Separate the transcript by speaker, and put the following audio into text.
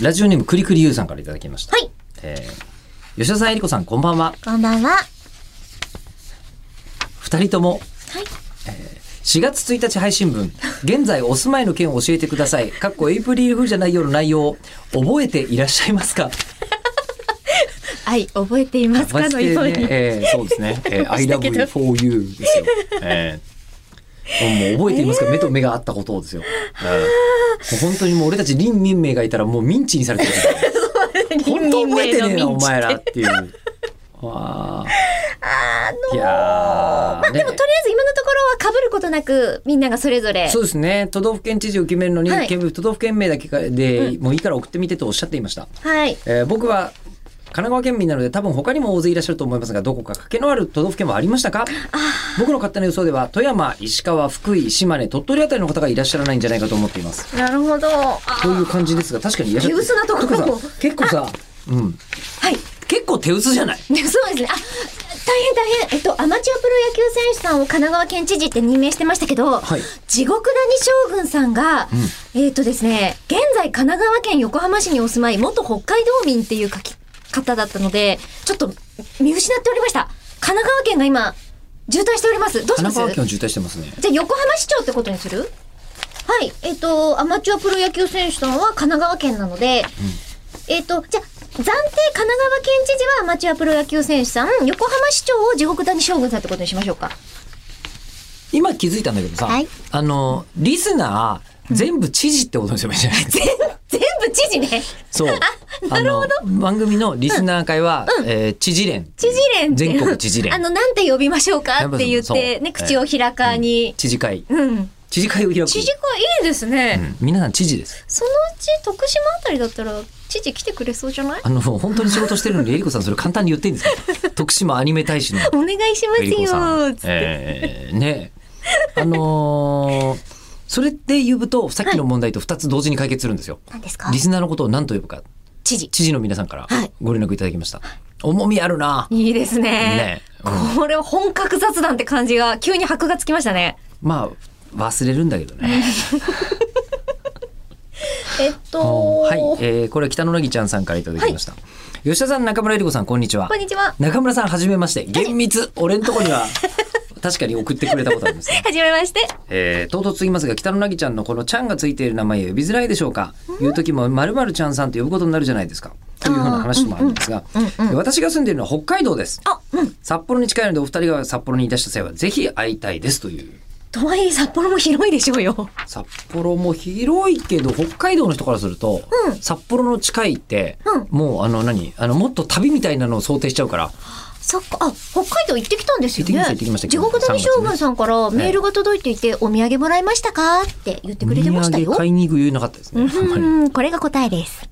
Speaker 1: ラジオネームくりくりゆうさんからいただきました。
Speaker 2: はい。
Speaker 1: えー吉田さん、えりこさん、こんばんは。
Speaker 2: こんばんは。は
Speaker 1: 二人とも
Speaker 2: い。
Speaker 1: 4月1日配信 分、現在お住まいの県を教えてください。かっこエイプリルフールじゃないよの内容を覚えていらっしゃいますか
Speaker 2: はい、覚えていますかのように。
Speaker 1: ね えーそうですね。えー、I
Speaker 2: ました
Speaker 1: love
Speaker 2: けど
Speaker 1: you for you ですよ。えーもう覚えてい ますか、目と目があったことをですよ。えーもう本当にもう俺たち林民明がいたらもうミンチにされてるからね。本当覚え てねえなお前らっていう。 わあ。いやー
Speaker 2: まあでもとり
Speaker 1: ね
Speaker 2: あえず今のところは被ることなくみんながそれぞれ
Speaker 1: そうですね都道府県知事を決めるのに、
Speaker 2: はい
Speaker 1: 県都道府県名だけかで、もういいから送ってみてとおっしゃっていました。
Speaker 2: はい
Speaker 1: えー僕は神奈川県民なので多分他にも大勢いらっしゃると思いますがどこか賭けのある都道府県はありましたか僕の勝手な予想では富山石川福井島根鳥取あたりの方がいらっしゃらないんじゃないかと思っています
Speaker 2: なるほどあ
Speaker 1: という感じですが確かにいらっしゃる
Speaker 2: 手薄なところも
Speaker 1: 結構さ結構さうん
Speaker 2: はい
Speaker 1: 結構手薄じゃない
Speaker 2: ねそうですねあ大変大変えっとアマチュアプロ野球選手さんを神奈川県知事って任命してましたけど、
Speaker 1: はい
Speaker 2: 地獄谷将軍さんが、えっとですね現在神奈川県横浜市にお住まい元北海道民っていう書き方だったのでちょっと見失っておりました神奈川県が今渋滞しておりますどうし
Speaker 1: 神
Speaker 2: ま
Speaker 1: 奈
Speaker 2: す
Speaker 1: 川県は渋滞してますね
Speaker 2: じゃあ横浜市長ってことにするはい。えっ、と、アマチュアプロ野球選手さんは神奈川県なので、えっ、と、じゃあ、暫定神奈川県知事はアマチュアプロ野球選手さん、横浜市長を地獄谷将軍さんってことにしましょうか。
Speaker 1: 今気づいたんだけどさ、
Speaker 2: はい
Speaker 1: あのリスナー全部知事ってことにすればいいんじゃない
Speaker 2: 全、全部知事ね。
Speaker 1: そう。
Speaker 2: なるほど
Speaker 1: あの番組のリスナー会は、えー知事連。
Speaker 2: 知事連って。
Speaker 1: 全国知事連。
Speaker 2: あの、なんて呼びましょうかって言っ
Speaker 1: そう
Speaker 2: て、ね、口を平かに。
Speaker 1: 知事会。
Speaker 2: うん。
Speaker 1: 知事会を開く。
Speaker 2: 知事会いいですね。
Speaker 1: うん皆さん知事です。
Speaker 2: そのうち徳島あたりだったら、知事来てくれそうじゃない
Speaker 1: あの、本当に仕事してるのに、えりこさんそれ簡単に言っていいんですか 徳島アニメ大使の
Speaker 2: お願いしま
Speaker 1: えりこ
Speaker 2: す
Speaker 1: さ
Speaker 2: よ
Speaker 1: ん。。えー、ねえあのーそれで呼ぶと、さっきの問題と2つ同時に解決するんですよ。
Speaker 2: 何ですか
Speaker 1: リスナーのことを何と呼ぶか。
Speaker 2: 知事。
Speaker 1: 知事の皆さんから
Speaker 2: はい
Speaker 1: ご連絡いただきました。重みあるない
Speaker 2: いですね。
Speaker 1: ねう
Speaker 2: これは本格雑談って感じが急に箔がつきましたね。
Speaker 1: まあ、忘れるんだけどね。
Speaker 2: えっと、
Speaker 1: はい、えー、これは北野凪ちゃんさんからいただきました。吉田さん、中村えり子さん、こんにちは。
Speaker 2: こんにちは。
Speaker 1: 中村さん、はじめまして。厳密、俺んとこに は。確かに送ってくれたことあり ます、ね。
Speaker 2: はじめまして。
Speaker 1: えー、唐突すぎますが、北野凪ちゃんのこのちゃんがついている名前呼びづらいでしょうか。いう時も、まるまるちゃんさんと呼ぶことになるじゃないですか。というような話もあるんですが、私が住んでいるのは北海道です。
Speaker 2: あ、うん。
Speaker 1: 札幌に近いので、お二人が札幌にいたした際は、ぜひ会いたいですという。
Speaker 2: とはいえ札幌も広いでしょうよ。
Speaker 1: 札幌も広いけど北海道の人からすると、
Speaker 2: うん
Speaker 1: 札幌の近いって、
Speaker 2: うん
Speaker 1: もうあの何あのもっと旅みたいなのを想定しちゃうから
Speaker 2: そっか、あ、北海道行ってきたんですよね。
Speaker 1: 行ってきました
Speaker 2: 地
Speaker 1: 行ってき
Speaker 2: 獄
Speaker 1: ました
Speaker 2: 谷将軍さんからメールが届いていて、お土産もらいましたかって言ってくれてました
Speaker 1: お土
Speaker 2: よ
Speaker 1: 産。買いに行く余裕なかったですね、あんまり
Speaker 2: うん、これが答えです。